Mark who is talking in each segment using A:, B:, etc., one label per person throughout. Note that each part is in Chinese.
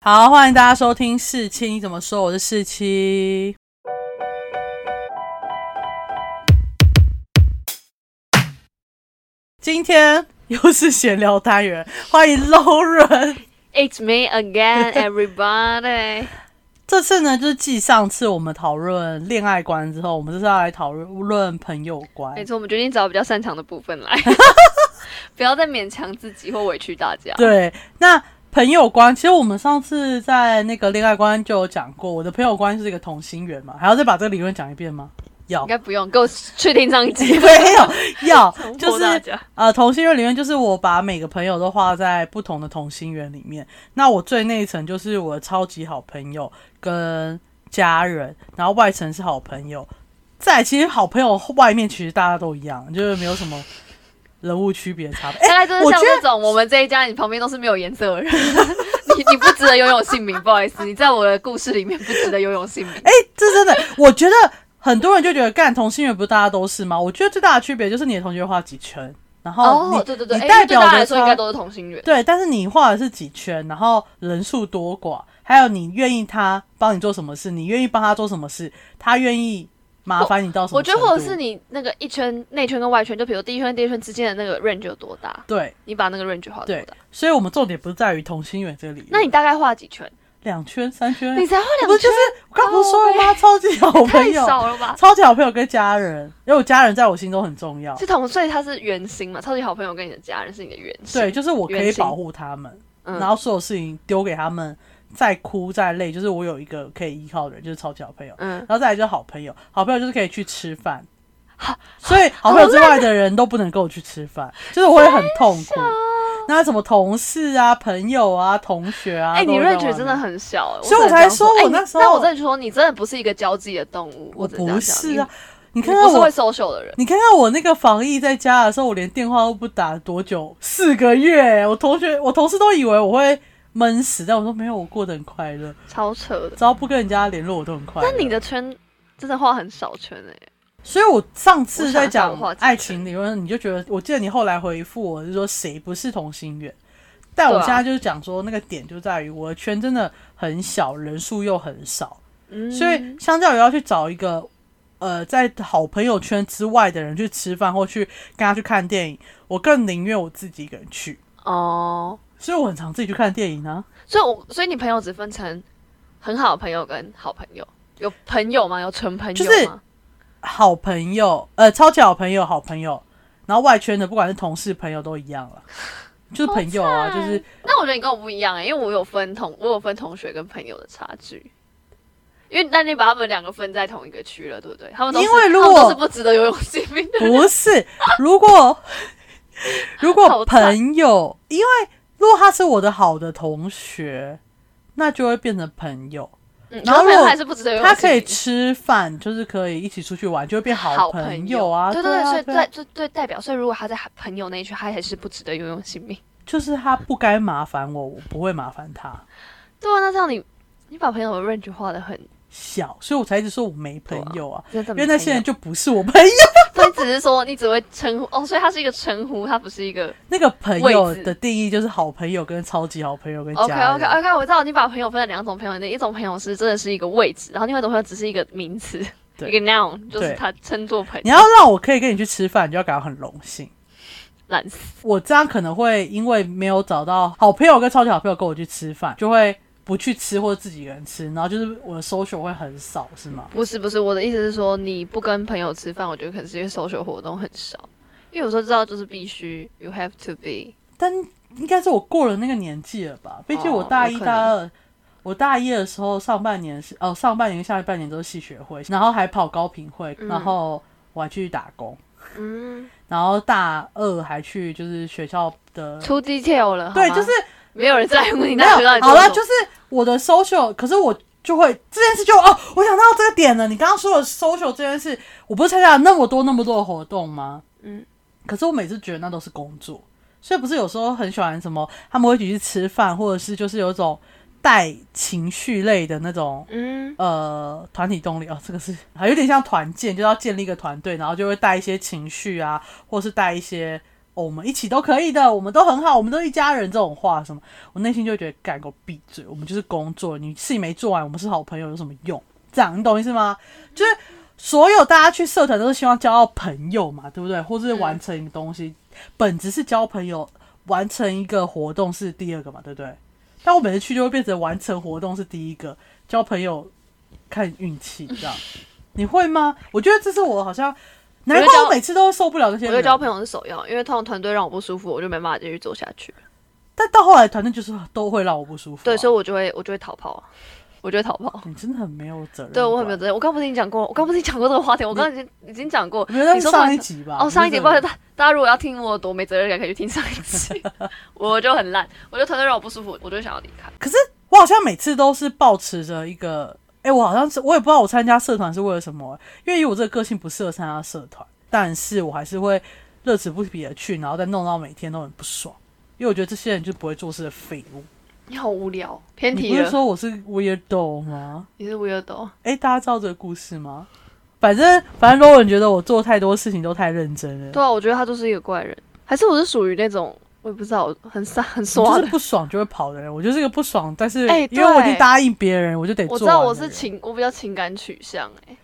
A: 好，欢迎大家收听四七，你怎么说？我是四七。今天又是闲聊单元，欢迎 low 人。
B: It's me again, everybody
A: 这次呢，就是继上次我们讨论恋爱观之后，我们这次要来讨论朋友观。
B: 没错，我们决定找比较擅长的部 分来，不要再勉强自己或委屈大家。
A: 对，那朋友观，其实我们上次在那个恋爱观就有讲过，我的朋友观是一个同心圆嘛，还要再把这个理论讲一遍吗？要
B: 应，该不用，给我去听上一 集。
A: 没有，要
B: 重
A: 就
B: 复
A: 是
B: 大家
A: 呃，同心圆理论就是我把每个朋友都画在不同的同心圆里面。那我最内层就是我的超级好朋友跟家人，然后外层是好朋友。再来其实好朋友外面其实大家都一样，就是没有什么人物区别 差别。哎、
B: 大概就是
A: 我觉得
B: 像这种，我们这一家，你旁边都是没有颜色的人。 你你不值得拥有姓名，不好意思，你在我的故事里面不值得拥 有姓名。
A: 哎、这真的，我觉得很多人就觉得干同心圆不是大家都是吗？我觉得最大的区别就是你的同学画几圈，然后哦你、
B: 对对对，
A: 你
B: 哎
A: 代
B: 对
A: 表
B: 大家
A: 的
B: 来说应
A: 差
B: 该都是同心圆。
A: 对，但是你画的是几圈，然后人数多寡，还有你愿意他帮你做什么事，你愿意帮他做什么事，他愿意麻烦你到什么
B: 我觉得
A: 程
B: 或者
A: 度
B: 是你那个一圈内圈跟外圈，就比如第一圈跟第二圈之间的那个 range 有多大，
A: 对
B: 你把那个 range 画多
A: 对
B: 大？，
A: 所以我们重点不是在于同心圆这里，
B: 那你大概画几圈？
A: 两圈三圈，
B: 你才画
A: 不就
B: 两圈
A: 是，嗯我刚不是说了吗？超级好朋
B: 太
A: 友，
B: 少了吧？
A: 超级好朋友跟家人，因为我家人在我心中很重要，
B: 是同，所以他是圆心嘛，超级好朋友跟你的家人是你的圆心。
A: 对，就是我可以
B: 原型
A: 保护他们，
B: 嗯
A: 然后所有事情丢给他们，再哭再累，就是我有一个可以依靠的人，就是超级好朋友。
B: 嗯，
A: 然后再来就是好朋友，好朋友就是可以去吃饭，所以好朋友之外的人都不能跟我去吃饭，就是我会很痛苦。那什么同事啊、朋友啊、同学啊，
B: 哎、你
A: 都会在
B: range
A: 外
B: 真的
A: 面
B: 很小、
A: 所以我
B: 只能这样
A: 才说
B: 哎
A: 我
B: 你
A: 那时候
B: 那我真的说，你真的不是一个交际的动物，
A: 我
B: 只能这
A: 不
B: 样讲
A: 是啊，，你
B: 你
A: 看
B: 你
A: 看
B: 不是
A: 我
B: 会，social 的人。
A: 你看看我那个防疫在家的时候，我连电话都不打，多久？四个月，欸我同学、我同事都以为我会闷死，但我说没有，我过得很快乐，
B: 超扯的。
A: 只要不跟人家联络，我都很快乐。
B: 但你的圈真的画很少圈哎、
A: 所以，我上次在
B: 我
A: 讲
B: 想想我画几圈
A: 爱情理论，你就觉得，我记得你后来回复我是说谁不是同心圆，但我
B: 对啊
A: 现在就是讲说那个点就在于我的圈真的很小，人数又很少，
B: 嗯，
A: 所以相较于要去找一个呃在好朋友圈之外的人去吃饭或去跟他去看电影，我更宁愿我自己一个人去，
B: 哦，
A: 所以我很常自己去看电影啊。
B: 所以我所以你朋友只分成很好的朋友跟好朋友，有朋友吗？有纯朋友
A: 就
B: 吗？
A: 是好朋友，呃，超级好朋友，好朋友，然后外圈的不管是同事朋友都一样了，就是朋友啊，
B: 好
A: 就
B: 惨
A: 是。
B: 那我觉得你跟我不一样哎、因为我有分同，我有分同学跟朋友的差距。因为那你把他们两个分在同一个区了，对不对？他们都是
A: 因为如
B: 他们
A: 果
B: 都是不值得游泳性命 的。
A: 不是，如 果如果
B: 好惨
A: 朋友，因为如果他是我的好的同学，那就会变成朋友。
B: 嗯，
A: 然后
B: 朋
A: 如
B: 友
A: 果
B: 还是不值得游泳
A: 他
B: 性命。
A: 可以吃饭，就是可以一起出去玩，就会变
B: 好
A: 朋
B: 友
A: 啊。
B: 对
A: 对
B: 对，
A: 啊
B: 所以
A: 啊
B: 对对对代表，所以如果他在朋友那一区，他还是不值得游泳性命。
A: 就是他不该麻烦我，我不会麻烦他。
B: 对啊，那这样你你把朋友的 range 画的很，
A: 小，所以我才一直说我没朋友啊，
B: 真的
A: 因为那些人
B: 就，
A: 就不是我朋友。
B: 所以只是说你只会称呼哦，所以他是一个称呼，他不是一个。
A: 那个朋友
B: 位置
A: 的定义就是好朋友、跟超级好朋友、跟家
B: OK
A: 人。
B: OK OK，我知道你把朋友分成两种朋友，那一种朋友是真的是一个位置，然后另外一种朋友只是一个名词，
A: 对
B: 一个 noun，就
A: 对
B: 是他称作朋
A: 你
B: 友。
A: 要让我可以跟你去吃饭，你就要感到很荣幸。
B: 懒死，
A: 我这样可能会因为没有找到好朋友跟超级好朋友跟我去吃饭，就会不去吃或者自己一个人吃，然后就是我的 social 会很少，是吗？
B: 不是不是，我的意思是说，你不跟朋友吃饭，我觉得可能是因为 social 活动很少，因为有时候知道就是必须，you have to be。
A: 但应该是我过了那个年纪了吧？毕竟我大一、
B: 有可能
A: 大二，我大一的时候上半年是哦，上半年跟下半年都是系学会，然后还跑高评会，
B: 嗯
A: 然后我还去打工，
B: 嗯，
A: 然后大二还去就是学校的，
B: 出 detail 了，好
A: 嗯对，
B: 吗
A: 就是
B: 没有人在乎你
A: 没
B: 大学到
A: 有
B: 底
A: 好了，就是是我的 social，可是我就会这件事就哦，我想到这个点了。你刚刚说的 social 这件事，我不是参加了那么多那么多的活动吗？
B: 嗯，
A: 可是我每次觉得那都是工作，所以不是有时候很喜欢什么，他们会一起去吃饭，或者是就是有一种带情绪类的那种。
B: 嗯，
A: 呃，团体动力哦，这个是还有点像团建，就是要建立一个团队，然后就会带一些情绪啊，或是带一些哦，我们一起都可以的，我们都很好，我们都一家人这种话什么，我内心就觉得干给我闭嘴，我们就是工作，你事情没做完，啊我们是好朋友有什么用？这样你懂意思吗？就是所有大家去社团都是希望交到朋友嘛，对不对？或是完成一个东西，本质是交朋友，完成一个活动是第二个嘛，对不对？但我每次去就会变成完成活动是第一个，交朋友看运气这样。 你会吗？我觉得这是我好像，难怪
B: 交
A: 我每次都会受不了这些
B: 我
A: 人。
B: 觉得交朋友是首要，因为通常团队让我不舒服，我就没办法继续做下去。
A: 但到后来团队就是都会让我不舒服啊、
B: 对，所以我就会我就会逃跑，啊我就会逃跑。
A: 你真的很没有责任。
B: 对我很没有
A: 责
B: 责任。我刚不是已经讲过，我刚不是已经讲过这个话题，我刚刚已经已经讲过。
A: 任。没有，那
B: 你
A: 是
B: 说
A: 上
B: 不
A: 一
B: 然
A: 集吧？
B: 哦，上一集不
A: 不
B: 知道
A: 是
B: 大大家如果要听我多没责任感，可以去听上一 集。我就很烂，我就团队让我不舒服，我就想要离开。
A: 可是我好像每次都是保持着一个，哎、我好像是我也不知道我参加社团是为了什么、因为以我这个个性不适合参加社团，但是我还是会乐此不疲的去，然后再弄到每天都很不爽，因为我觉得这些人就不会做事的废物。
B: 你好无聊，哦偏
A: 你
B: 题
A: 不是
B: 了。
A: 说我啊是 weirdo 吗？
B: 你是 weirdo，哦
A: 哎、大家知道这个故事吗？反正反正 Rowan 觉得我做太多事情都太认真了，
B: 对啊，我觉得他就是一个怪人，还是我是属于那种我也不知道，我很傻很
A: 我
B: 刷
A: 就是
B: 的。
A: 不爽就会跑的人，我就是个不爽，但是
B: 哎
A: 因为我已
B: 对
A: 经答应别人，我就得做
B: 我
A: 完
B: 知
A: 的人。
B: 道我是情，我比较情感取向哎、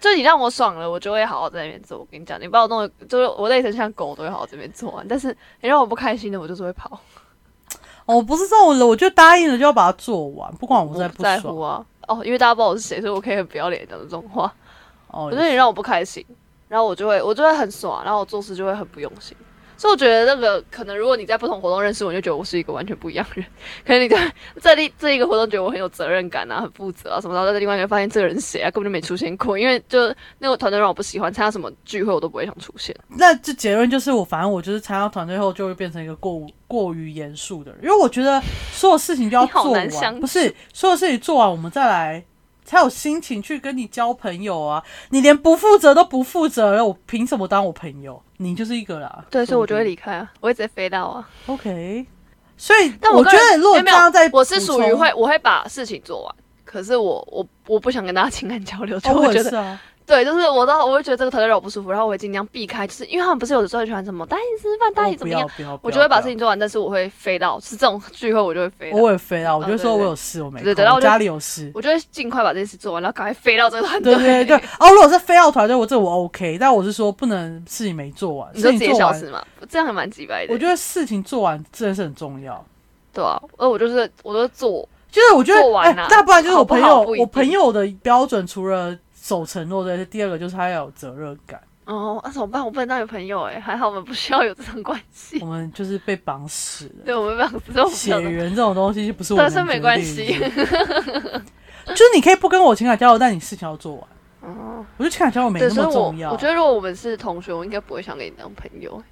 B: 就你让我爽了，我就会好好在那边做。我跟你讲，你把我弄得就是我累成像狗，都会好好这边做完。但是你让我不开心的，我就是会跑。
A: 哦，我不是这种人，我就答应了就要把它做完，不管我在
B: 我
A: 不
B: 在
A: 爽。
B: 乎啊。哦，因为大家不知道我是谁，所以我可以很不要脸讲这种话。
A: 哦，
B: 我觉得你让我不开心，然后我就会我就会很爽，然后我做事就会很不用心。所以我觉得那个可能，如果你在不同活动认识我，你就觉得我是一个完全不一样的人。可能你在这里这一个活动觉得我很有责任感啊，很负责啊什么，然后在另外一个发现这个人是谁啊，根本就没出现过。因为就那个团队让我不喜欢，参加什么聚会我都不会想出现。
A: 那这结论就是我，反正我就是参加团队后就会变成一个过过于严肃的人，因为我觉得所有事情都要
B: 你好
A: 做
B: 难相
A: 完，
B: 处
A: 不是所有事情做完我们再来才有心情去跟你交朋友啊。你连不负责都不负责了，我凭什么当我朋友？你就是一个啦。
B: 对，所以我就会
A: 理
B: 离开啊，我会直接飞到啊。
A: OK。所以，
B: 但
A: 我
B: 个
A: 觉得
B: 人
A: 如果
B: 没
A: 这
B: 有没有
A: 样在，
B: 我是属于会，我会把事情做完，可是我我我不想跟大家 情感交流，就
A: 哦，我
B: 会觉
A: 也
B: 得、
A: 是啊。
B: 对，就是我到我会觉得这个团队让我不舒服，然后我会尽量避开，就是因为他们不是有的时候很喜欢什么带你吃饭，带
A: 哦
B: 你怎
A: 不
B: 么
A: 要
B: 样，
A: 不要，不
B: 我
A: 要
B: 就会把
A: 不
B: 事
A: 要
B: 情做完，但是我会飞到，是这种聚会我就会飞到，
A: 我也飞啊，我就
B: 哦对
A: 说
B: 对
A: 我
B: 对
A: 有事，我没
B: 对对
A: 空
B: 然
A: 我
B: 后我就
A: 家里有事。
B: 我就会尽快把这件事做完，然后赶快飞到这个 团
A: 对
B: 队。
A: 对对，哦，如果是非要团队，我这我 OK，但我是说不能事情没做完，
B: 你说
A: 事
B: 几
A: 情
B: 个
A: 做
B: 小
A: 完，
B: 时嘛，这样还蛮鸡掰的。
A: 我觉得事情做完真的是很重要。
B: 对啊，呃，我就是我都做，
A: 就是我觉得哎
B: 做，完啊
A: 那不然就是我
B: 好不
A: 朋
B: 好
A: 友，
B: 不一
A: 我
B: 定
A: 朋友的标准除了守承诺的，第二个就是他要有责任感。
B: 哦，那、怎么办？我不能当你朋友哎、还好我们不需要有这种关系
A: 我。们就是被绑死了。
B: 对，我们两个这种
A: 血缘这种东西就不是我能
B: 但是
A: 决
B: 没
A: 定
B: 关
A: 的
B: 系
A: 就是你可以不跟我情感交流，但你事情要做完。
B: 哦，
A: 我觉得情感交流没
B: 对，
A: 那
B: 所以
A: 么
B: 我
A: 重要。
B: 我觉得如果我们是同学，我应该不会想跟你当朋友，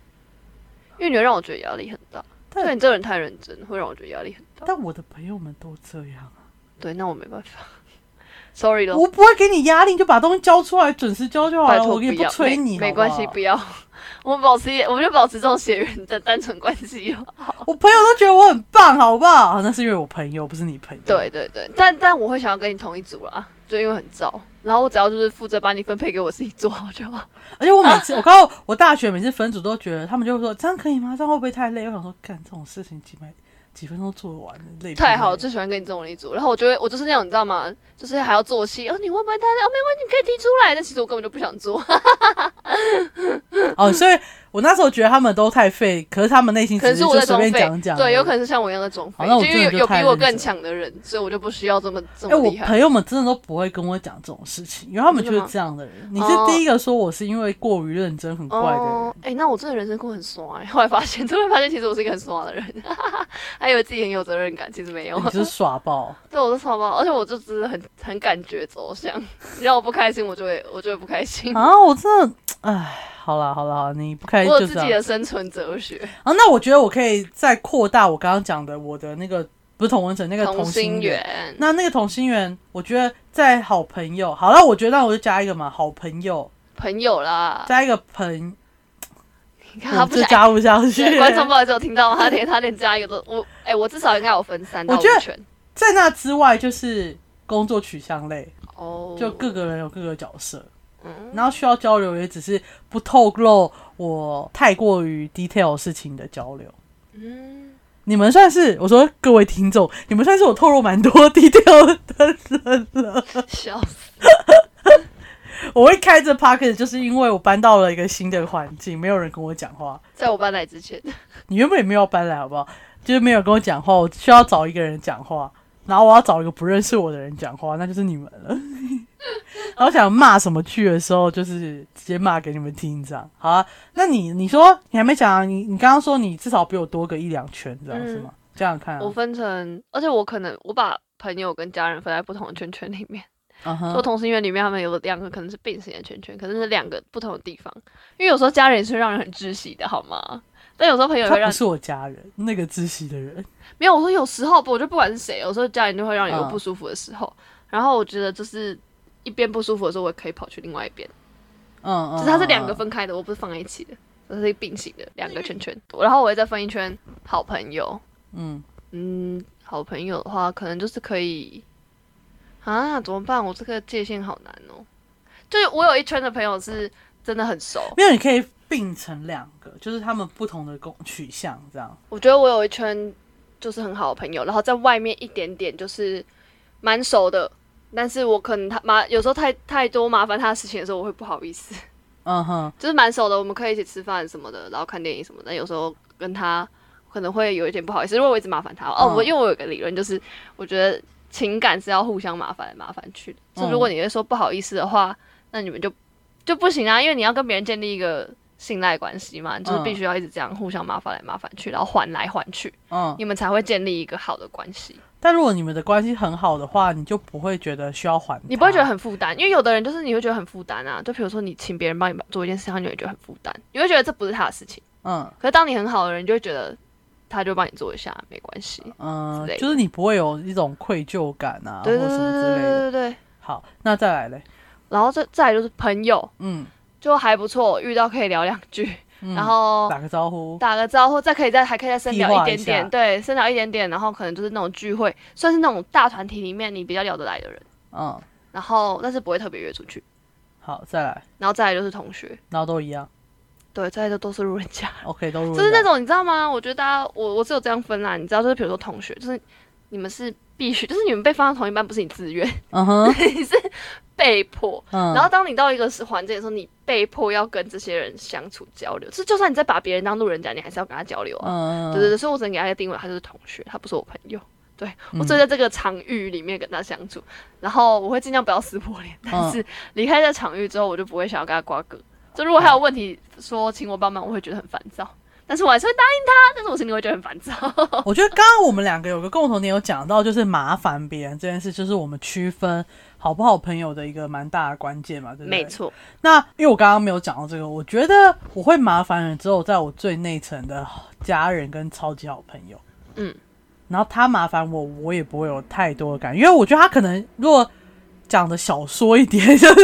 B: 因为你会让我觉得压力很大。
A: 但
B: 对你这个人太认真，会让我觉得压力很大。
A: 但我的朋友们都这样啊，
B: 对，那我没办法，sorry 咯，
A: 我不会给你压力，你就把东西交出来，准时交就好
B: 拜
A: 了。
B: 托
A: 我也
B: 不要，
A: 催你
B: 没没关系，
A: 好
B: 不
A: 不
B: 要。我们保持一，我们就保持这种血缘的单纯关系哦。
A: 好我朋友都觉得我很棒，好不好？啊那是因为我朋友，不是你朋友。
B: 对对对，但但我会想要跟你同一组啦，就因为很燥。然后我只要就是负责把你分配给我自己做好就好。
A: 而且我每次，我告诉我大学每次分组都觉得，他们就会说这样可以吗？这样会不会太累？我想说，干这种事情几秒几分钟做完，累不累
B: 太好，我最喜欢跟你这种一组。然后我就会，我就是那种你知道吗？就是还要做戏，哦，你会不会太累？哦，没关系，你可以提出来。但其实我根本就不想做。
A: 哦，所以我那时候觉得他们都太废，可是他们内心
B: 可
A: 只
B: 能
A: 是
B: 是我
A: 就随
B: 在装
A: 便
B: 废
A: 讲讲，
B: 对，有可能是像我一样的装废，
A: 好那我
B: 就因
A: 真
B: 为
A: 的就
B: 有有
A: 太
B: 比我
A: 认真
B: 更强的人，所以我就不需要这么这
A: 哎、
B: 么
A: 我
B: 厉害。
A: 朋友们真的都不会跟我讲这种事情，因为他们就
B: 真
A: 是
B: 的吗
A: 这样的人。你是
B: 哦
A: 第一个说我是因为过于认真很怪的人，
B: 哦，哎、那我真的人生过很爽哎、后来发现， 突然发现其实我是一个很爽的人， 还以为自己很有责任感，其实没有
A: 哎你。就是耍爆。
B: 对，我是超包，而且我就只是很很感觉走向，你让我不开心，我就会我就会不开 心。
A: 啊，我真的，哎，好啦好啦，你不开心
B: 我
A: 就
B: 有
A: 这
B: 自
A: 样
B: 己。的生存哲学，
A: 啊，那我觉得我可以再扩大我刚刚讲的我的那个不是同文层那个
B: 同
A: 心
B: 心
A: 圆。
B: 圆。
A: 那那个同心圆，我觉得在好朋友，好了，我觉得那我就加一个嘛，好朋友
B: 朋友啦，
A: 加一个朋，
B: 你看他
A: 嗯
B: 啊不
A: 这
B: 想。
A: 加不下去。
B: 观众不好意思，有听到吗？他连他连加一个都我哎、我至少应该有分三到
A: 我
B: 五
A: 觉得
B: 圈
A: 在那之外，就是工作取向类，
B: 哦。
A: 就各个人有各个角色。
B: 嗯
A: 然后需要交流，也只是不透露我太过于 detail 事情的交流。
B: 嗯，
A: 你们算是我说各位听众，你们算是我透露蛮多 detail 的人了。
B: 笑死，
A: 我会开着 p o c k e t 就是因为我搬到了一个新的环境，没有人跟我讲话。
B: 在我搬来之前，
A: 你原本也没有搬来，好不好？就是没有跟我讲话，我需要找一个人讲话，然后我要找一个不认识我的人讲话，那就是你们 了。然后想骂什么剧的时候，就是直接骂给你们听，这样好啊？那你你说你还没讲、啊，你你刚刚说你至少比我多个一两圈，这样、
B: 嗯
A: 是吗？这样看、啊，
B: 我分成，而且我可能我把朋友跟家人分在不同的圈圈里面。
A: 嗯
B: 做
A: 哼，
B: 同心圆里面，他们有两个可能是并行的圈圈，可是是两个不同的地方。因为有时候家人也是会让人很窒息的，好吗？但有时候朋友也
A: 他
B: 会 让
A: 不是我家人，那个窒息的人，
B: 没有，我说有时候不，我就不管是谁，有时候家人就会让你有
A: 嗯
B: 不舒服的时候。然后我觉得就是一边不舒服的时候，我也可以跑去另外一边，
A: 嗯嗯，
B: 就是它是
A: 嗯
B: 两个，分开的，我不是放在一起的，它是并行的两个圈圈。然后我会再分一圈好朋友，
A: 嗯，
B: 嗯，好朋友的话，可能就是可以啊，怎么办？我这个界限好难哦。就是我有一圈的朋友是真的很熟，
A: 没有，你可以并成两个，就是他们不同的工取向这样。
B: 我觉得我有一圈就是很好的朋友，然后在外面一点点就是蛮熟的，但是我可能他麻有时候太太多麻烦他的事情的时候，我会不好意思，
A: 嗯哼，
B: 就是蛮熟的，我们可以一起吃饭什么的，然后看电影什么的，但有时候跟他可能会有一点不好意思，如果我一直麻烦他，哦，
A: 嗯
B: 我因为我有个理论就是，我觉得情感是要互相麻烦来麻烦去的，
A: 嗯
B: 就如果你会说不好意思的话，那你们就就不行啊，因为你要跟别人建立一个。信赖关系嘛，你就是
A: 嗯
B: 必须要一直这样互相麻烦来麻烦去，然后换来换去。
A: 嗯，
B: 你们才会建立一个好的关系。
A: 但如果你们的关系很好的话，你就不会觉得需要还他，
B: 你不会觉得很负担，因为有的人就是你会觉得很负担啊。就比如说你请别人帮你做一件事情，他你会觉得很负担，你会觉得这不是他的事情。
A: 嗯
B: 可是当你很好的人，你就会觉得他就帮你做一下，没关系。
A: 嗯、
B: 之类的
A: 就是你不会有一种愧疚感啊，或
B: 对
A: 者
B: 对对
A: 什么之
B: 对
A: 类的。
B: 对对对。
A: 好，那再来嘞，
B: 然后这再来就是朋友，
A: 嗯，
B: 就还不错，遇到可以聊两句，
A: 嗯
B: 然后
A: 打个招呼，
B: 打个招呼，再可以再还可以再深
A: 计
B: 聊
A: 划
B: 一点
A: 一下
B: 点，对，深聊一点点，然后可能就是那种聚会，算是那种大团体里面你比较聊得来的人，
A: 嗯，
B: 然后但是不会特别约出去。
A: 好，再来，
B: 然后再来就是同学，
A: 然后都一样
B: 对，再来就都是路人甲。
A: ，OK，都入
B: 就是那
A: 种，
B: 种你知道吗？我觉得大家，我我只有这样分啦。你知道，就是比如说同学，就是你们是必须，就是你们被放到同一班，不是你自愿，
A: 嗯哼，
B: 你是被迫。
A: 嗯，
B: 然后当你到一个是环境的时候，你被迫要跟这些人相处交流。就是就算你在把别人当路人甲，你还是要跟他交流啊。
A: 嗯，嗯，
B: 对对对，所以我只能给他一个定位，他就是同学，他不是我朋友。对
A: 嗯
B: 我只有在这个场域里面跟他相处，然后我会尽量不要撕破脸，但
A: 嗯
B: 是离开这个场域之后，我就不会想要跟他瓜葛。就如果
A: 嗯
B: 他有问题说请我帮忙，我会觉得很烦躁，但是我还是会答应他，但是我心里会觉得很烦躁。
A: 我觉得刚刚我们两个有个共同点，有讲到就是麻烦别人这件事，就是我们区分好不好朋友的一个蛮大的关键嘛，对不对？
B: 没错，
A: 那因为我刚刚没有讲到这个，我觉得我会麻烦人，只有在我最内层的家人跟超级好朋友，
B: 嗯，
A: 然后他麻烦我，我也不会有太多的感觉，因为我觉得他可能如果讲的小说一点， 就是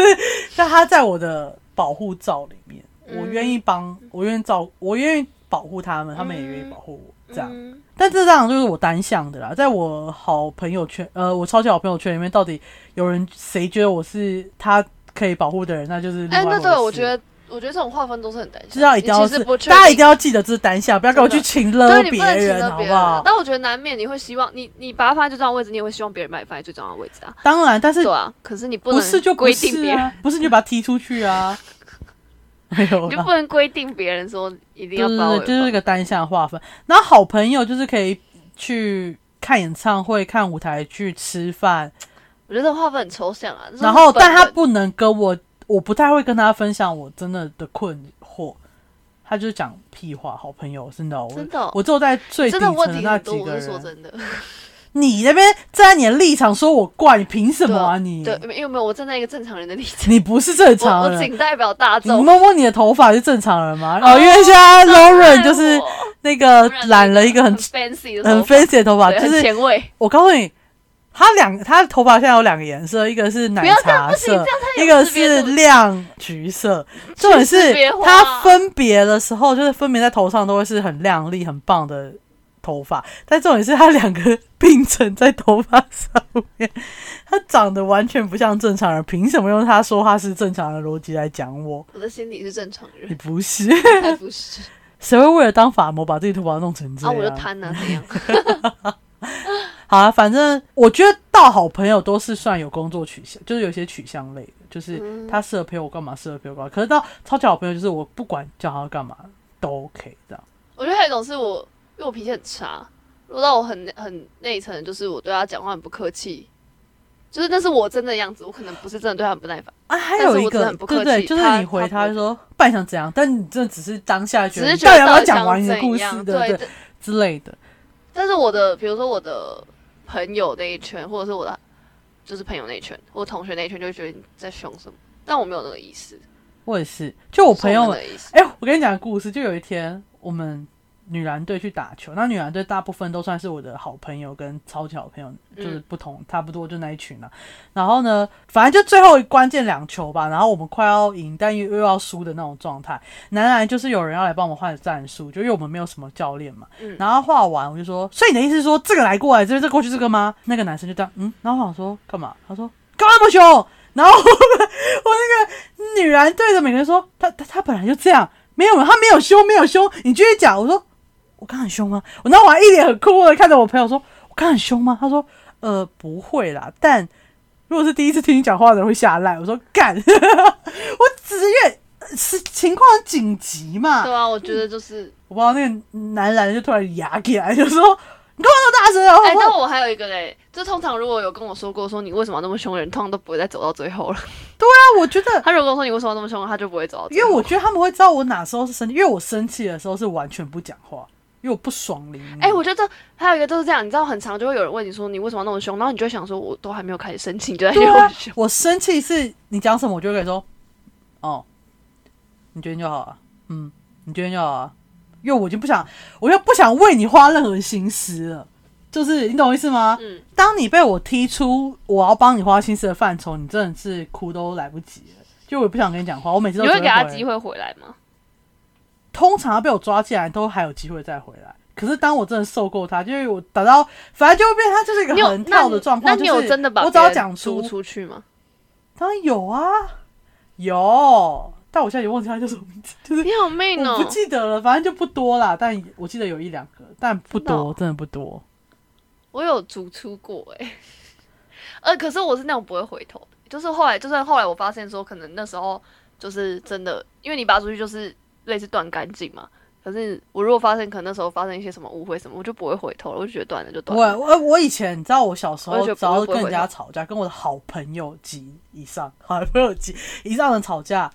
A: 但他在我的保护罩里面，我愿意帮，我愿意照，我愿意保护他们，他们也愿意保护我，这样。
B: 嗯
A: 但这当然就是我单向的啦，在我好朋友圈，呃，我超级好朋友圈里面，到底有人谁觉得我是他可以保护的人，那就是另外
B: 哎、
A: 一回
B: 那
A: 事
B: 对，我觉得，我觉得这种划分都是很担心，
A: 知道一定要
B: 其实
A: 是，
B: 不确
A: 大家一
B: 定
A: 定要记得这是单向，不要跟我去请了
B: 对你
A: 别
B: 不能请
A: 人，
B: 了
A: 好
B: 别
A: 不
B: 人啊。
A: 好？
B: 但我觉得难免你会希望你你把他放在最重要的位置，你也会希望别人把你放在最重要的位置啊。
A: 当然，但是
B: 对啊，可是你不
A: 不
B: 能
A: 是就不
B: 规定
A: 是
B: 别人，
A: 啊，不是你就把他踢出去 啊。没有
B: 你就
A: 啦，
B: 不能规定别人说一定
A: 对
B: 要
A: 对
B: 包
A: 对，
B: 我。
A: 就是一个单向划分。然后好朋友就是可以去看演唱会、看舞台剧、吃饭，
B: 我觉得划分很抽象啊。
A: 然后，
B: 这是
A: 但
B: 本
A: 他
B: 人
A: 不能跟我，我不太会跟他分享我真的的困惑。他就是讲屁话，好朋友真的哦，
B: 真的哦
A: 我我只有在最底
B: 真的
A: 层
B: 问
A: 的
B: 题
A: 那
B: 很多，
A: 几
B: 我
A: 个
B: 是说
A: 人。
B: 真的。
A: 你那边站在你的立场说我怪，你凭什么啊你？
B: 对，因为没有我站在一个正常人的立场，
A: 你不是正
B: 我
A: 常
B: 我
A: 人。
B: 仅代表大
A: 你
B: 众。
A: 摸摸你的头发是正常人吗？
B: 哦
A: 哦，因为现 在 Lauren 就
B: 哎
A: 是
B: 我
A: 那个
B: 染
A: 染了一个很
B: 很 fancy 的头
A: 很
B: 发
A: fancy 的头发，
B: 对
A: 就
B: 很
A: 是
B: 前卫。
A: 我告诉你，他两他的头发现在有两个颜色，一个是奶
B: 不要这样
A: 茶
B: 不行
A: 色
B: 这样，
A: 一个
B: 识别
A: 是
B: 度
A: 亮橘色。重点
B: 识
A: 是
B: 别化
A: 它分别的时候，就是分别在头上都会是很亮丽、很棒的头发，但重点是它两个并成在头发上面，它长得完全不像正常人，凭什么用他说话是正常人的逻辑来讲我？
B: 我的心里是正常
A: 你
B: 人，
A: 不是，
B: 才不是
A: 谁会为了当法模把自己头发弄成这
B: 啊！
A: 样？
B: 我就贪啊，怎样？
A: 好啊，反正我觉得到好朋友都是算有工作取向，就是有些取向类的，
B: 嗯
A: 就是他适合陪我干嘛，适合陪我干嘛。可是到超级好朋友，就是我不管叫他干嘛都 OK 这样。
B: 我觉得还有一种是我，因为我脾气很差，如果到我很很内层，就是我对他讲话很不客气，就是那是我真的样子，我可能不是真的对他很不耐烦，
A: 啊，还
B: 但是
A: 有
B: 我
A: 一
B: 真的
A: 个
B: 很不
A: 对
B: 客
A: 对，
B: 气
A: 就是
B: 他
A: 你回
B: 他
A: 他
B: 不
A: 说半想怎样，但你这只是当下觉
B: 只
A: 得
B: 是
A: 你
B: 觉
A: 到
B: 得
A: 底要不
B: 到
A: 要
B: 底
A: 讲完
B: 想
A: 你的故
B: 怎
A: 事
B: 样？
A: 对
B: 对
A: 对，之类的。
B: 但是我的，比如说我的朋友那一圈，或者是我的就是朋友那一圈，或同学那一圈，就会觉得你在凶什么，但我没有那个意思，
A: 我也是，就我朋友
B: 是
A: 们
B: 没有那个意思，
A: 哎、我跟你讲个故事，就有一天我们女篮队去打球，那女篮队大部分都算是我的好朋友跟超级好朋友，就是不同、差不多就那一群了、然后呢，反正就最后关键两球吧，然后我们快要赢，但又又要输的那种状态。男篮就是有人要来帮我们换战术，就因为我们没有什么教练嘛。
B: 嗯
A: 然后画完我就说，所以你的意思是说这个来过来，这这过去这个吗？那个男生就这样，嗯，然后我想说干嘛？他说干嘛那么凶？然后我那个女篮队的每个人说，他他他本来就这样，没有他没有凶，没有凶，你继续讲。我说我刚很凶吗？我那我还一脸很酷的看着我朋友说，我刚很凶吗？他说呃不会啦，但如果是第一次听你讲话的人会吓烂。我说干， 我只是因为呃是情况很紧急嘛，
B: 对啊，我觉得就是，
A: 我不知道那个男篮就突然哑起来，就说你干嘛那么大声啊？
B: 哎、
A: 我
B: 但我还有一个嘞，就通常如果有跟我说过说你为什么要那么凶人，通常都不会再走到最后了。
A: 那啊我觉得
B: 他如果跟我说你为什么要那么凶，他就不会走到最
A: 因
B: 后。
A: 为我觉得他们会知道我哪时候是生气，因为我生气的时候是完全不讲话，因为我不爽淋。
B: 哎、我觉得这还有一个就是这样，你知道，很常就会有人问你说你为什么要那么凶，然后你就会想说，我都还没 有开始生气，你就在那
A: 对
B: 边
A: 啊
B: 凶，，
A: 我生气是你讲什么，我就会跟你说，哦，你决定就好了，嗯，你决定就好了，因为我已经不想，我又不想为你花任何心思了，就是你懂我意思 吗？
B: 嗯，
A: 当你被我踢出我要帮你花心思的范畴，你真的是哭都来不及了。就我也不想跟你讲话，我每次都
B: 你会给他
A: 只
B: 机会回来吗？
A: 通常被我抓进来都还有机会再回来。可是当我真的受够他，就是我打到，反正就会变，他就是一
B: 你
A: 个
B: 有
A: 很
B: 那
A: 跳的
B: 你
A: 状
B: 那
A: 况。
B: 你
A: 就
B: 有
A: 是
B: 真的把
A: 我只要
B: 别人
A: 讲
B: 逐
A: 出，
B: 出去吗？
A: 当然有啊，有，但我现在也忘记他叫什么
B: 哎
A: 名字，就是
B: 你好命
A: 我
B: 哦
A: 不！记得了，反正就不多啦。但我记得有一两个，但不
B: 真的
A: 多，
B: 哦
A: 真的不多。
B: 我有逐出过哎、呃，可是我是那种不会回头的，就是后来，就算后来我发现说，可能那时候就是真的，因为你拔出去就是类似断干净嘛。可是我如果发现，可能那时候发生一些什么误会什么，我就不会回头了，我就觉得断了就断了。
A: 我我我以前你知道，我小时
B: 我
A: 候
B: 也觉
A: 只
B: 得
A: 要
B: 不会
A: 跟人家
B: 不会
A: 吵架，跟我的好朋友级以上， 好朋友级以上的吵架，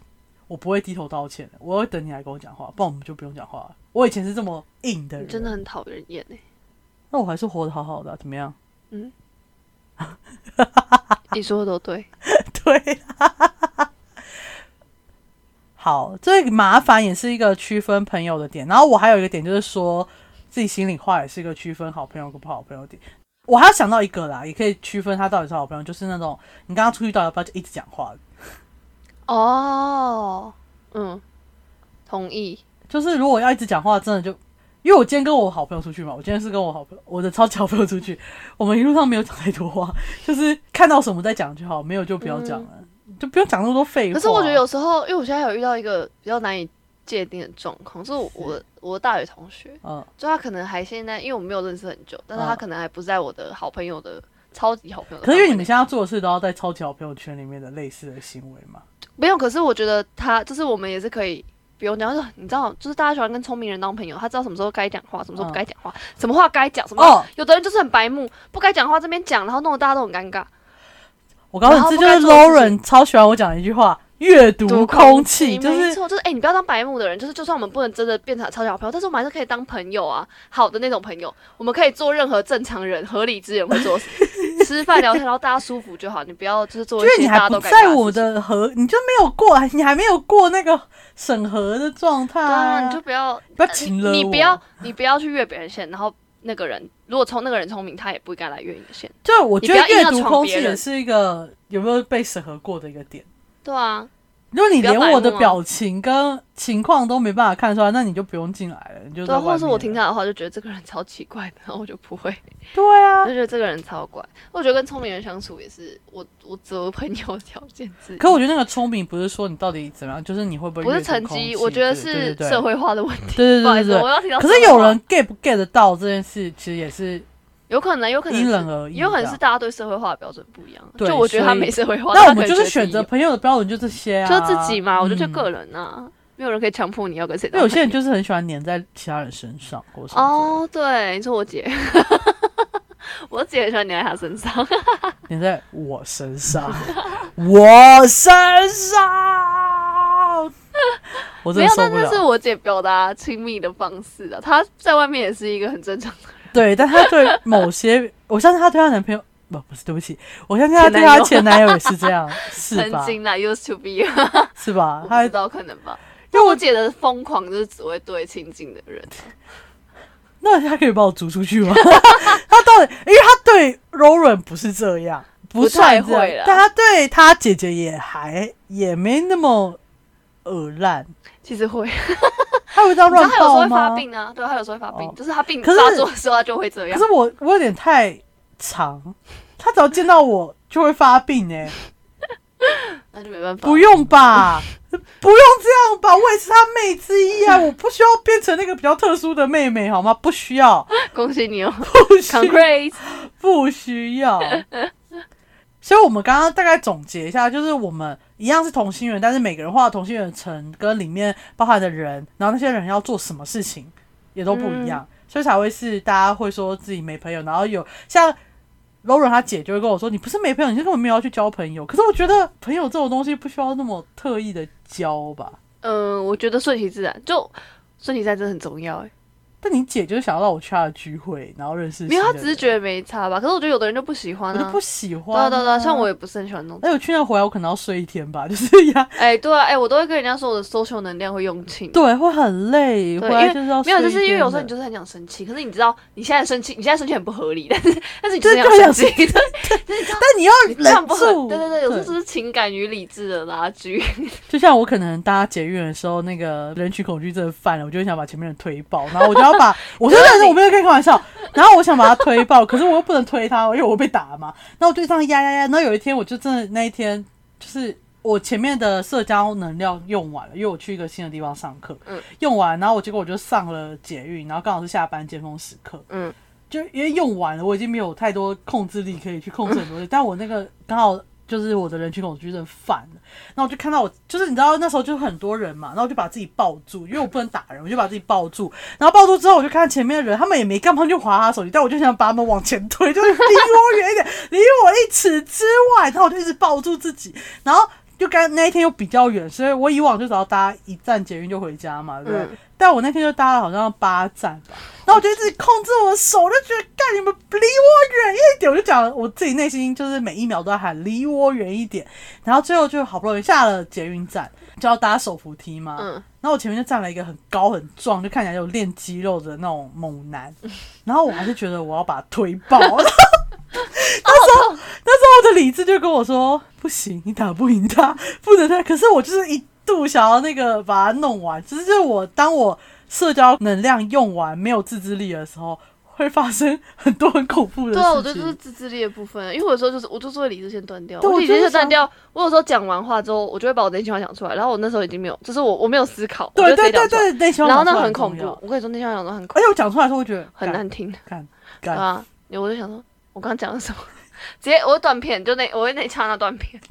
A: 我不会低头道歉的，我会等你来跟我讲话，不然我们就不用讲话了。我以前是这么硬的
B: 你
A: 人，
B: 真的很讨人厌哎、
A: 那我还是活得好好的啊、怎么样？
B: 你说的都对。
A: 对，啊好，这个麻烦也是一个区分朋友的点。然后我还有一个点就是说自己心里话，也是一个区分好朋友跟不好朋友的点。我还要想到一个啦，也可以区分他到底是好朋友，就是那种你跟他出去到底要不要就一直讲话的
B: 哦，嗯，同意。
A: 就是如果要一直讲话，真的就，因为我今天跟我好朋友出去嘛，我今天是跟我好朋友，我的超级好朋友出去，我们一路上没有讲太多话，就是看到什么再讲就好，没有就不要讲了，就不用讲那么多废话。
B: 嗯可是我觉得有时候，因为我现在有遇到一个比较难以界定的状况，是我
A: 是
B: 我的我的大学同学，
A: 嗯，
B: 就他可能还现在，因为我没有认识很久，但是
A: 嗯
B: 他可能还不在我的好朋友的超级好朋友
A: 可
B: 的范围
A: 是
B: 内。
A: 因为你们现在要做的事都要在超级好朋友圈里面的类似的行为嘛，
B: 没有，可是我觉得他就是我们也是可以。不用讲，就是你知道，就是大家喜欢跟聪明人当朋友，他知道什么时候该讲话，什么时候不该讲话，什么话该讲，什么
A: 嗯
B: 话、
A: 哦
B: 有的人就是很白目，不该讲话这边讲，然后弄得大家都很尴尬。
A: 我告诉你，这就是
B: 然后不该做的事
A: Lauren 超喜欢我讲的一句话：阅读空气，就
B: 没
A: 是
B: 错，就是哎、你不要当白目的人，就是就算我们不能真的变成超级好朋友，但是我们还是可以当朋友啊，好的那种朋友，我们可以做任何正常人、合理之人会做的事，吃饭聊天，然后大家舒服就好，你不要就是做
A: 因
B: 一
A: 为
B: 些
A: 你
B: 大
A: 还
B: 家都
A: 不
B: 尴尬
A: 在
B: 事
A: 我
B: 情。
A: 的核，你就没有过，你还没有过那个审核的状态、
B: 对啊，你就不要
A: 不要
B: 呃
A: 请
B: 你
A: 了
B: 你
A: 我
B: 不要你不要去越别人线，然后那个人如果从那个人聪明，他也不应该来越你的线。
A: 就我觉得
B: 你不要
A: 阅
B: 硬要
A: 读
B: 闯
A: 空气
B: 别人
A: 也是一个有没有被审核过的一个点，
B: 对啊，
A: 如果你连我的
B: 不要白目啊
A: 表情跟情况都没办法看出来，那你就不用进来了，你就
B: 对啊，
A: 在
B: 或
A: 外
B: 者是我
A: 面
B: 听他的话就觉得这个人超奇怪的，然后我就不会，
A: 对
B: 我
A: 啊
B: 就。觉得这个人超怪。我觉得跟聪明人相处也是我我择朋友的条件之一。
A: 可我觉得那个聪明不是说你到底怎么样，就是你会不会
B: 不是
A: 阅读
B: 成
A: 空
B: 绩，
A: 气
B: 我觉得
A: 对
B: 是
A: 对对嗯
B: 社会化的问题。
A: 对对
B: 不好意
A: 对
B: 思，
A: 对
B: 我
A: 对。
B: 要提到
A: 可
B: 社会化。
A: 是有人 get 不 get 得到这件事，其实也是
B: 有可能，有可能
A: 因人
B: 是
A: 而异
B: 也有可能
A: 这
B: 是
A: 样
B: 大家对社会化的标准不一样。
A: 对
B: 就我觉得他
A: 所以
B: 没社会化，
A: 那我
B: 他
A: 们
B: 可能
A: 就是
B: 觉得
A: 选
B: 自己
A: 择朋友的标准就这些啊，
B: 就自己嘛，我就觉
A: 嗯
B: 得个人啊，没有人可以强迫你要跟谁
A: 因
B: 当
A: 为
B: 朋友。
A: 有些人就是很喜欢黏在其他人身上，或什么
B: 哦，对，你说我姐， 我姐很喜欢黏在她身上，
A: 之类的黏在我身 上，我身上， 我 真
B: 没
A: 的，
B: 有
A: 受
B: 但
A: 不
B: 那是
A: 了。
B: 我姐表达亲密的方式啊。她在外面也是一个很正常的，
A: 对，但她对某些， 我相信她对她男朋友，不不是，对不起，我相信她
B: 前
A: 对
B: 男
A: 她
B: 友
A: 前男友也是这样，是
B: 曾
A: 吧？
B: 经啦，used to be，
A: 是吧
B: 我？不
A: 她
B: 知道可能吧。
A: 因
B: 因
A: 为
B: 为
A: 我
B: 我姐的疯狂就是只会对亲近的人，
A: 那她可以把我逐出去吗？ 她到底，因为她对柔软不是这样，不
B: 不
A: 算
B: 太
A: 这样
B: 会啦
A: 但她对她姐姐也还也没那么恶烂。
B: 其实会，
A: 他会这样
B: 你知
A: 乱
B: 道她有时候
A: 报
B: 会发
A: 吗？
B: 病啊，对，她有时候会发病
A: 哦，
B: 就是她病
A: 可是
B: 发作的时候她就会这
A: 可
B: 样
A: 是。我我有点太长，他只要见到我就会发病哎、
B: 那就没办法。
A: 不用吧，不用这样吧，我也是他妹之一 啊，我不需要变成那个比较特殊的妹妹好吗？不需要，
B: 恭喜你哦
A: 不需
B: ，Congrats！
A: 不需要。 所以，我们刚刚大概总结一下，就是我们一样是同心圆，但是每个人画的同心圆的层跟里面包含的人，然后那些人要做什么事情也都不一样，
B: 嗯
A: 所以才会是大家会说自己没朋友，然后有像柔软她姐就会跟我说：“你不是没朋友，你是根本没有要去交朋友。”可是我觉得朋友这种东西不需要那么特意的交吧。
B: 嗯，我觉得顺其自然，就顺其自然真的很重要哎。
A: 但你姐就是想要让我去她的聚会，然后认识
B: 没有，
A: 新
B: 他
A: 的
B: 只是觉得没差吧。可是我觉得有的人就不喜欢
A: 人我就。
B: 啊
A: 不喜欢、
B: 对啊对啊对啊，像我，也不是很喜欢 弄。
A: 哎，我去那回来，我可能要睡一天吧，就是一样。
B: 哎，对啊，哎，我都会跟人家说我的 social 能量会用尽。
A: 对，会很累，
B: 对
A: 回来就是要
B: 没有，就是因为有时候你
A: 就
B: 就是很想生气，可是你知道你现在生气，你现在生气很不合理， 但是但是你就是
A: 对就是
B: 想生气，对，
A: 但你要
B: 你这样
A: 忍
B: 不合，
A: 住，
B: 对对对，有时候就是情感与理智的拉锯。
A: 就像我可能搭捷运的时候，那个人群恐惧症犯了，我就会想把前面人推爆，然后我就要 把，我真的是我没有跟你开玩笑，然后我想把他推爆，可是我又不能推他，因为我会被打嘛，然后我就这样压压压，然后有一天我就真的那一天就是。我前面的社交能量用完了，因为我去一个新的地方上课，
B: 嗯
A: 用完，然后我结果我就上了捷运，然后刚好是下班尖峰时刻，
B: 嗯，
A: 就因为用完了，我已经没有太多控制力可以去控制很多东西， 但我那个刚好就是我的人群恐惧症犯了，然后我就看到我就是你知道那时候就很多人嘛，然后我就把自己抱住，因为我不能打人，我就把自己抱住，然后抱住之后我就看前面的人，他们也没干嘛就划他手机，但我就想把他们往前推，就是离我远一点， 离我一尺之外，然后我就一直抱住自己，然后。就刚那一天又比较远，所以我以往就只要搭一站捷运就回家嘛，对不对？
B: 嗯
A: 但我那天就搭了好像八站吧，然后我就一直控制我的手，我就觉得干你们离我远一点，我就讲我自己内心就是每一秒都在喊离我远一点，然后最后就好不容易下了捷运站，就要搭手扶梯嘛，
B: 嗯
A: 然后我前面就站了一个很高很壮，就看起来有练肌肉的那种猛男， 然后我还是觉得我要把他推爆。 那时候，那时候我的理智就跟我说：“不行，你打不赢他，不能他。”可是我就是一度想要那个把他弄完，只是就是我当我社交能量用完，没有自制力的时候，会发生很多很恐怖的事
B: 对
A: 情。
B: 啊，我觉得这是自制力的部分，因为我有时候就是我就是会理智线断掉，
A: 对
B: 我
A: 我
B: 理智
A: 就是啊
B: 线断
A: 想
B: 掉。我有时候讲完话之后，我就会把我内心话讲出来，然后我那时候已经没有，就是我我没有思考，我
A: 对
B: 就直
A: 对
B: 接讲
A: 对
B: 出来
A: 对，内心话
B: 然后那
A: 讲出来
B: 很恐
A: 重要哎
B: 怖，我跟你说内心话讲的很
A: 而
B: 恐
A: 且我讲出来的时候，我觉得
B: 很难听，
A: 干
B: 对
A: 干。干
B: 啊，我就想说，我刚刚讲了什么？直接我会断片，就那我会那刹那断片。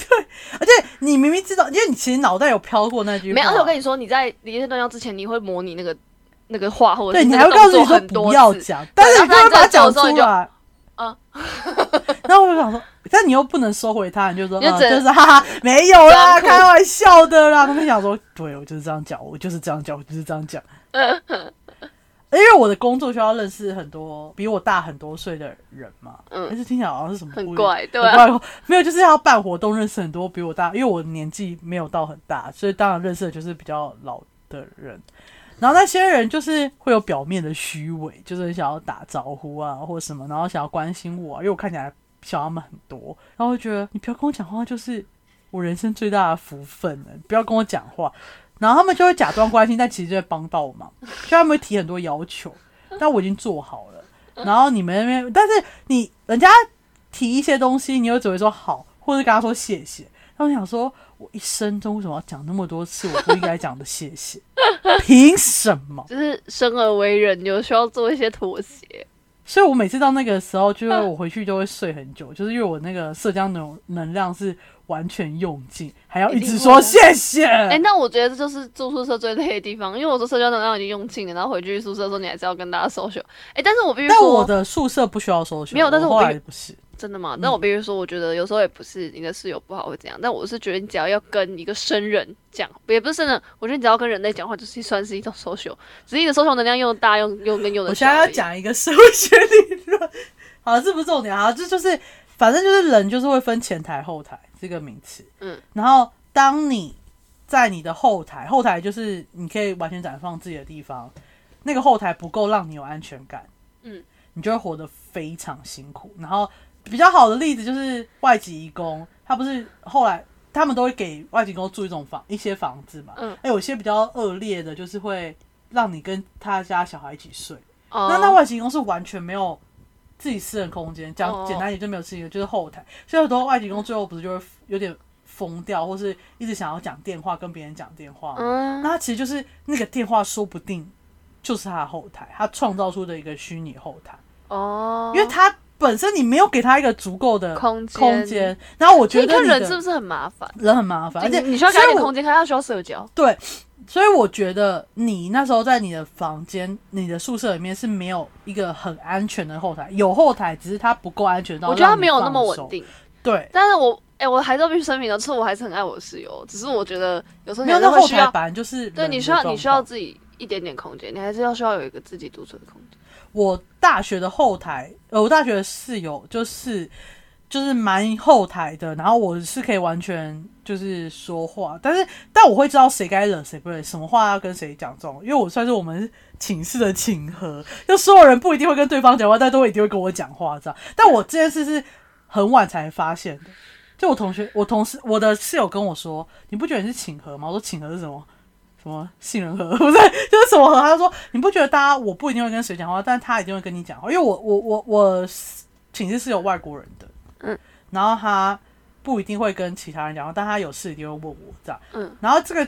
A: 而且你明明知道，因为你其实脑袋有飘过那句话，
B: 没有，而且我跟你说，你在理智线断掉之前，你会模拟那个那个话，或者
A: 对，
B: 是
A: 你
B: 那
A: 还
B: 个
A: 会告
B: 动
A: 诉
B: 作
A: 你说
B: 很
A: 不
B: 多
A: 要
B: 次。
A: 讲，但是你就会把它讲出来。
B: 嗯，
A: 然后我就想说，但你又不能收回它，你就说，
B: 你就
A: 嗯，
B: 只能
A: 就是哈哈，没有啦，
B: 装酷
A: 开玩笑的啦。他们想说，对我就是这样讲，我就是这样讲，我就是这样讲。因为我的工作需要认识很多比我大很多岁的人嘛，
B: 嗯
A: 但是听起来好像是什么
B: 很
A: 故意
B: 怪对
A: 很
B: 啊
A: 怪没有就是要办活动认识很多比我大，因为我年纪没有到很大，所以当然认识的就是比较老的人。然后那些人就是会有表面的虚伪，就是很想要打招呼啊，或什么，然后想要关心我啊、因为我看起来小他们很多，然后我就觉得你不要跟我讲话，就是我人生最大的福分了，不要跟我讲话。然后他们就会假装关心，但其实就在帮倒 忙，就他们会提很多要求，但我已经做好了。然后你们那边，但是你人家提一些东西，你又只会说好，或者跟他说谢谢。他们想说，我一生中为什么要讲那么多次我不应该讲的谢 谢？凭什么？
B: 就是生而为人，有需要做一些妥协。
A: 所以我每次到那个时候，
B: 嗯
A: 就是我回去就会睡很久，就是因为我那个社交能能量是完全用尽，还要一直说谢谢。
B: 哎、那我觉得这就是住宿舍最累的地方，因为我说社交能量已经用尽了，然后回去宿舍的时候你还是要跟大家 social。哎、但是我必须
A: 但
B: 说，
A: 我的嗯宿舍不需要收学，
B: 没有但是我
A: 后
B: 必
A: 来不是，
B: 真的吗？但我必须说，我觉得有时候也不是你的室友不好会怎样，但我是觉得你只要要跟一个生人讲，也不是生人，我觉得你只要跟人类讲话，就是算是一种 social，只是你的 social 能量用得大用用跟用的。
A: 我现在要，讲一个社会学理论，好，这不是重点啊，这就是反正就是人就是会分前台后台这个名词，
B: 嗯，
A: 然后当你在你的后台，后台就是你可以完全绽放自己的地方，那个后台不够让你有安全感，
B: 嗯，
A: 你就会活得非常辛苦。然后比较好的例子就是外籍义工，他不是后来他们都会给外籍工住一种房一些房子嘛，
B: 嗯
A: 哎，有些比较恶劣的，就是会让你跟他家小孩一起睡。
B: 哦、
A: 那那外籍工是完全没有自己私人空间，讲
B: 哦
A: 简单一点就没有自己的，就是后台。所以很多外籍工最后不是就会有点疯掉，或是一直想要讲电话跟别人讲电话。
B: 嗯
A: 那他其实就是那个电话，说不定就是他的后台，他创造出的一个虚拟后台，
B: 哦，
A: 因为他本身你没有给他一个足够的
B: 空间
A: 空间。然后我觉
B: 所以
A: 得
B: 你看
A: 你的
B: 人是不是很麻烦？
A: 人很麻烦，而且
B: 你你需要给他一
A: 所以
B: 点
A: 我
B: 空间，他要需要社交。
A: 对，所以我觉得你那时候在你的房间、你的宿舍里面是没有一个很安全的后台，有后台，只是它不够安全到
B: 我觉得他
A: 让你
B: 没有那么
A: 放手
B: 稳。定，
A: 对，
B: 但是我哎、我还是要必须声明的，就是我还是很爱我的室友，只是我觉得有时候你
A: 没
B: 还
A: 有
B: 是
A: 那
B: 会
A: 后
B: 需
A: 台
B: 要，
A: 版就是
B: 对
A: 人
B: 你
A: 的
B: 需要
A: 状
B: 你需要
A: 况
B: 自己一点点空间，你还是要需要有一个自己独处的空间。
A: 我大学的后台，呃，我大学的室友就是就是蛮后台的，然后我是可以完全就是说话，但是但我会知道谁该惹谁不惹，什么话要跟谁讲这种，因为我算是我们寝室的寝合，就所有人不一定会跟对方讲话，但都一定会跟我讲话这样。但我这件事是很晚才发现的，就我同学，我同事，我的室友跟我说，你不觉得你是请和吗？我说请和是什么？什么杏仁核 不是，就是什么核？他说你不觉得大家我不一定会跟谁讲话，但他一定会跟你讲话，因为我我我我寝室是有外国人的，
B: 嗯，
A: 然后他不一定会跟其他人讲话，但他有事一定会问我这样，
B: 嗯，
A: 然后这个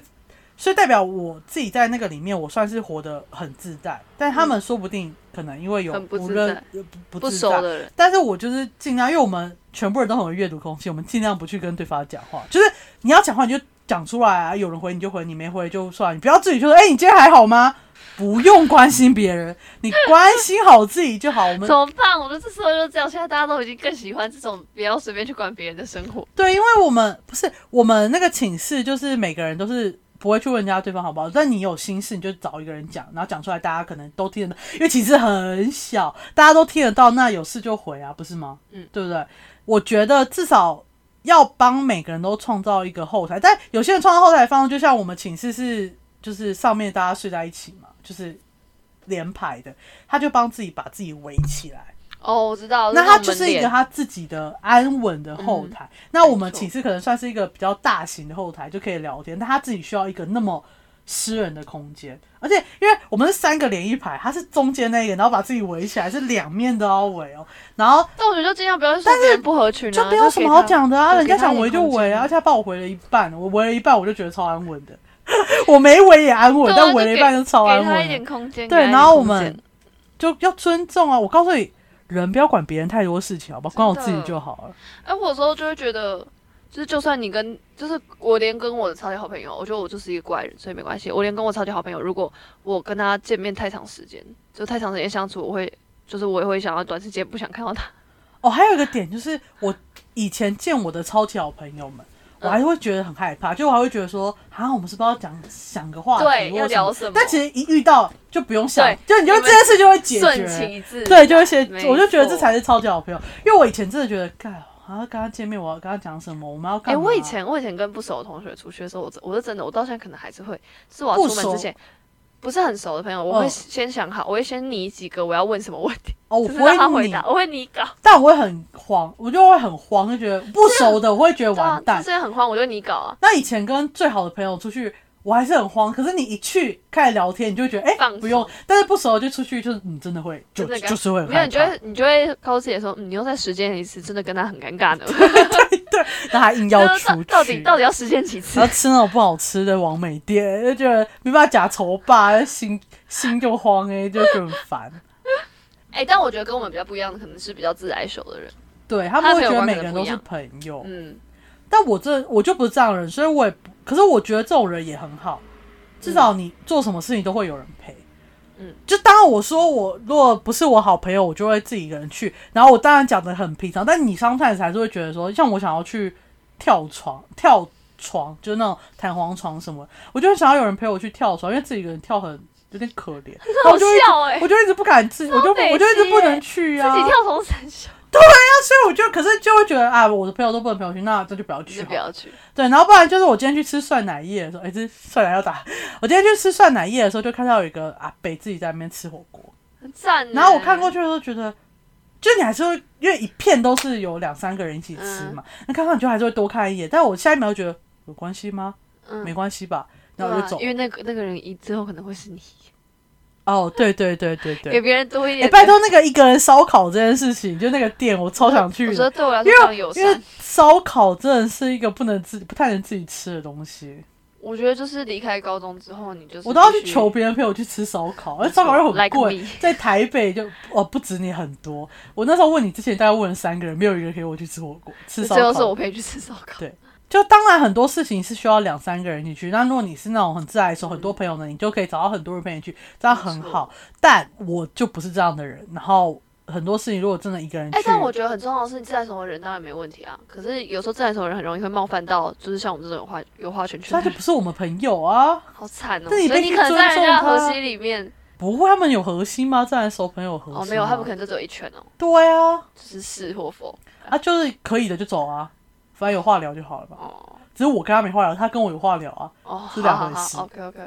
A: 所以代表我自己在那个里面，我算是活得很自在，但他们说不定可能因为有
B: 嗯很不
A: 无
B: 自
A: 论
B: 在
A: 呃不
B: 不
A: 自
B: 熟啊
A: 在
B: 的人，
A: 但是我就是尽量，因为我们全部人都很会阅读空气，我们尽量不去跟对方讲话。就是你要讲话，你就讲出来啊，有人回你就回，你没回就算了，你不要自己就说，哎、你今天还好吗？不用关心别人，你关心好自己就好。我们
B: 怎么办？我们这时候就这样，现在大家都已经更喜欢这种不要随便去管别人的生活。
A: 对，因为我们不是我们那个寝室，就是每个人都是不会去问人家对方好不好，但你有心事你就找一个人讲，然后讲出来，大家可能都听得到，因为寝室很小，大家都听得到，那有事就回啊，不是吗？
B: 嗯，
A: 对不对？我觉得至少要帮每个人都创造一个后台，但有些人创造后台的方式，就像我们寝室是就是上面大家睡在一起嘛，就是连排的，他就帮自己把自己围起来。
B: 哦，我知嗯道，
A: 那
B: 他
A: 他就是一个他自己的安稳的后台。那我们寝室可能算是一个比较大型的后台，就可以聊天，但他自己需要一个那么私人的空间。而且因为我们是三个连一排，他是中间那一个，然后把自己围起来，是两面都要围
B: 嗯
A: 哦。然后
B: 但我觉得就尽量不要说别人不合群啊，
A: 就没有什么好讲的啊，
B: 就
A: 人
B: 给他
A: 家想围就围啊，而
B: 就给他一点空间
A: 且他帮我围了一半，我围了一半我就觉得超安稳的， 我没围也安稳，
B: 对啊
A: 但围了一半就超安
B: 给
A: 稳
B: 他
A: 了
B: 一。点空间。
A: 对
B: 给他一点
A: 然后我
B: 空间
A: 们就要尊重啊！我告诉你，人不要管别人太多事情，好不好？管我自己就好了。
B: 哎、我有时候就会觉得，就是就算你跟，就是我连跟我的超级好朋友，我觉得我就是一个怪人，所以没关系。我连跟我超级好朋友，如果我跟他见面太长时间，就太长时间相处，我会，就是我也会想要短时间不想看到他。
A: 哦，还有一个点就是，我以前见我的超级好朋友们，
B: 嗯
A: 我还会觉得很害怕，就我还会觉得说，啊，我们是不是要讲想个话题，
B: 对要聊
A: 什
B: 什
A: 么
B: 么？
A: 但其实一遇到就不用想
B: 对，
A: 就你就
B: 你
A: 这
B: 们
A: 件事就会解
B: 顺
A: 决，
B: 其自
A: 对，就会先
B: 没，错
A: 我就觉得这才是超级好朋友，因为我以前真的觉得，干，啊，跟他见面，我要跟他讲什么，我们要
B: 哎、
A: 干嘛？
B: 我以前我以前跟不熟的同学出去的时候，我真我是真的，我到现在可能还是会，是我要
A: 不
B: 出门
A: 熟
B: 之前，不是很熟的朋友，我会先想好，我会先拟几个我要问什么问题，
A: 哦，我
B: 只
A: 不
B: 是让他
A: 会
B: 回
A: 你，
B: 答，我会拟稿。
A: 但我会很慌，我就会很慌，就觉得不熟的我会觉得
B: 对啊
A: 完，蛋
B: 就。是很慌，我就拟稿啊，
A: 那以前跟最好的朋友出去，我还是很慌，可是你一去开始聊天，你就会觉得哎、
B: 放松
A: 不用，但是不熟就出去，就是你嗯真的会就
B: 真的尴尬
A: 就是会很
B: 没有，
A: 害
B: 你就
A: 怕，
B: 会你就会告诉自己说，嗯，你又在实践一次，真的跟他很尴尬呢。
A: 那还硬 要
B: 就是
A: 出
B: 到
A: 去，啊
B: 到底到底要实践几次
A: 然？后吃那种不好吃的王美店，就觉得没办法假愁吧，心心就慌哎、就觉得很 烦。
B: 哎、但我觉得跟我们比较不一样的，可能是比较自来熟的人。
A: 对他们会觉
B: 他的
A: 得
B: 朋友观
A: 每
B: 可
A: 个人
B: 能
A: 都
B: 不一
A: 是
B: 样
A: 朋友，
B: 嗯，
A: 但我这我就不是这样的人，所以我也不，可是我觉得这种人也很好，至少你做什么事情都会有人陪。
B: 嗯，
A: 就当然我说我如果不是我好朋友，我就会自己一个人去。然后我当然讲的很平常，但你 sometimes 还是会觉得说，像我想要去跳床、跳床，就是那种弹簧床什么，我就会想要有人陪我去跳床，因为自己一个人跳很有点可怜，然后
B: 好
A: 我就会一直
B: 笑哎、
A: 我就一直不敢自己，我就
B: 北
A: 我就一直
B: 极
A: 不
B: 耶
A: 能去啊。
B: 自己跳从三小，
A: 所以我就可是就会觉得啊，我的朋友都不能陪我去，那这就不要
B: 你
A: 去啊
B: 就
A: 好
B: 不
A: 了。
B: 要去。
A: 对，然后不然就是我今天去吃涮奶叶的时候，哎、这涮奶要打。我今天去吃涮奶叶的时候，就看到有一个阿北自己在那边吃火锅，
B: 很赞欸。
A: 然后我看过去的时候觉得，就你还是会因为一片都是有两三个人一起吃
B: 嗯
A: 嘛，那看到你就还是会多看一眼，但我下一秒就觉得有关系吗？
B: 嗯，
A: 没关系吧，然后我就走
B: 对啊。因为那个那个人一之后可能会是你，
A: 哦，对对对对
B: 给
A: 对。
B: 别人多一
A: 哎、
B: 点。
A: 拜托，那个一个人烧烤这件事情，就那个店，我超想去
B: 我
A: 的
B: 觉。得对我来
A: 因
B: 说非常
A: 为
B: 友
A: 因为
B: 善。
A: 烧烤真的是一个不能自不太能自己吃的东西，
B: 我觉得就是离开高中之后，你就是
A: 我都要
B: 必
A: 去
B: 须
A: 求别人陪我去吃烧烤，而
B: 没
A: 且烧烤又
B: 错
A: 很
B: ，like
A: 贵
B: me
A: 在台北就哦不止你很多。我那时候问你之前，大概问了三个人，没有一个人陪我去吃火锅吃烧
B: 最后是
A: 烤
B: 我。陪你去吃烧烤
A: 对。就当然很多事情是需要两三个人一起去，那如果你是那种很自来熟、很
B: 嗯
A: 多朋友的，你就可以找到很多人陪你去，这样很好。但我就不是这样的人，然后很多事情如果真的一个人去，
B: 哎、但我觉得很重要的是，自来熟的人当然没问题啊。可是有时候自来熟的人很容易会冒犯到，就是像我们这种有话有话圈圈
A: 他
B: 的
A: 就
B: 人，
A: 不是我们朋友啊。
B: 好惨哦。
A: 那
B: 所
A: 你
B: 以
A: 必
B: 你
A: 须
B: 可能
A: 尊
B: 在人
A: 重
B: 家的
A: 他
B: 核
A: 啊
B: 心里面，
A: 不会，他们有核心吗？自然熟朋友有核心、
B: 哦，没有，他们可。能就只有一圈哦，
A: 对啊，
B: 就是是或否。
A: 啊，就是可以的就走啊，反正有话聊就好了嘛。
B: 哦
A: 只是我跟他没话聊，他跟我有话聊啊。
B: 哦，
A: 是
B: 好
A: 两
B: 好
A: 回事
B: 好，OK OK。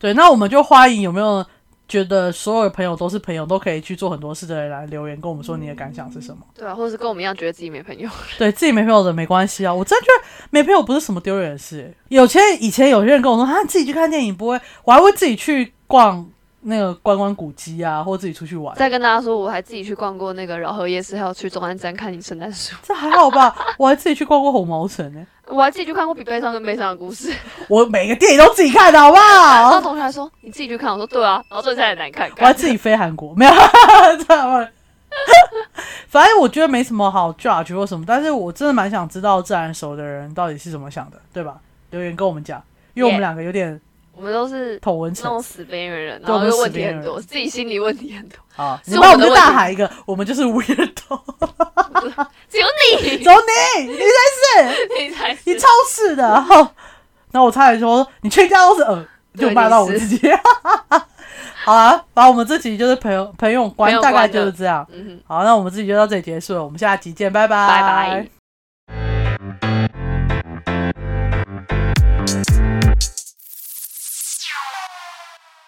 A: 对，那我们就欢迎有没有觉得所有的朋友都是朋友，都可以去做很多事的人来留言，跟我们说你的感想是什么。
B: 对啊，或者是跟我们一样觉得自己没朋友，
A: 对自己没朋友的没关系啊，我真的觉得没朋友不是什么丢人的事。有些以前有些人跟我说，他、啊、自己去看电影不会，我还会自己去逛那个观光古迹啊，或自己出去玩。
B: 再跟大家说，我还自己去逛过那个饶河夜市，还有去中安站看圣诞树，
A: 这还好吧？我还自己去逛过红毛城呢、
B: 我还自己去看过《比悲伤更悲伤的故事》
A: 我每个电影都自己看的好不
B: 然后
A: 好？
B: 同学还说你自己去看，我说对啊，然后这才很难看。
A: 哦我还自己飞韩国，没有， 知道吗？反正我觉得没什么好 judge 或什么，但是我真的蛮想知道自然熟的人到底是怎么想的，对吧？留言跟我们讲，因为我们
B: Yeah
A: 两个有点
B: 我们都是
A: 头文
B: 那
A: 层
B: 种死边缘人，
A: 对
B: 然
A: 我
B: 后
A: 们
B: 又问
A: 死边
B: 题
A: 缘
B: 很
A: 人
B: 多，自己心里问题很多。
A: 啊！
B: 是
A: 你帮我
B: 我
A: 们
B: 的
A: 就
B: 问题
A: 大喊一个，我们就是 weirdo，
B: 只有你，
A: 走你，你才是，
B: 你才
A: 你
B: 是
A: 超市的。然后，然后我差点说你全家都是呃，就
B: 对
A: 骂到我
B: 你
A: 自己。 好啊，把我们这集就是朋友朋友
B: 朋
A: 观，
B: 友
A: 大概
B: 观
A: 就
B: 的
A: 是这样。
B: 嗯哼，
A: 好，那我们这集就到这里结束了，我们下集见，拜拜，
B: 拜拜。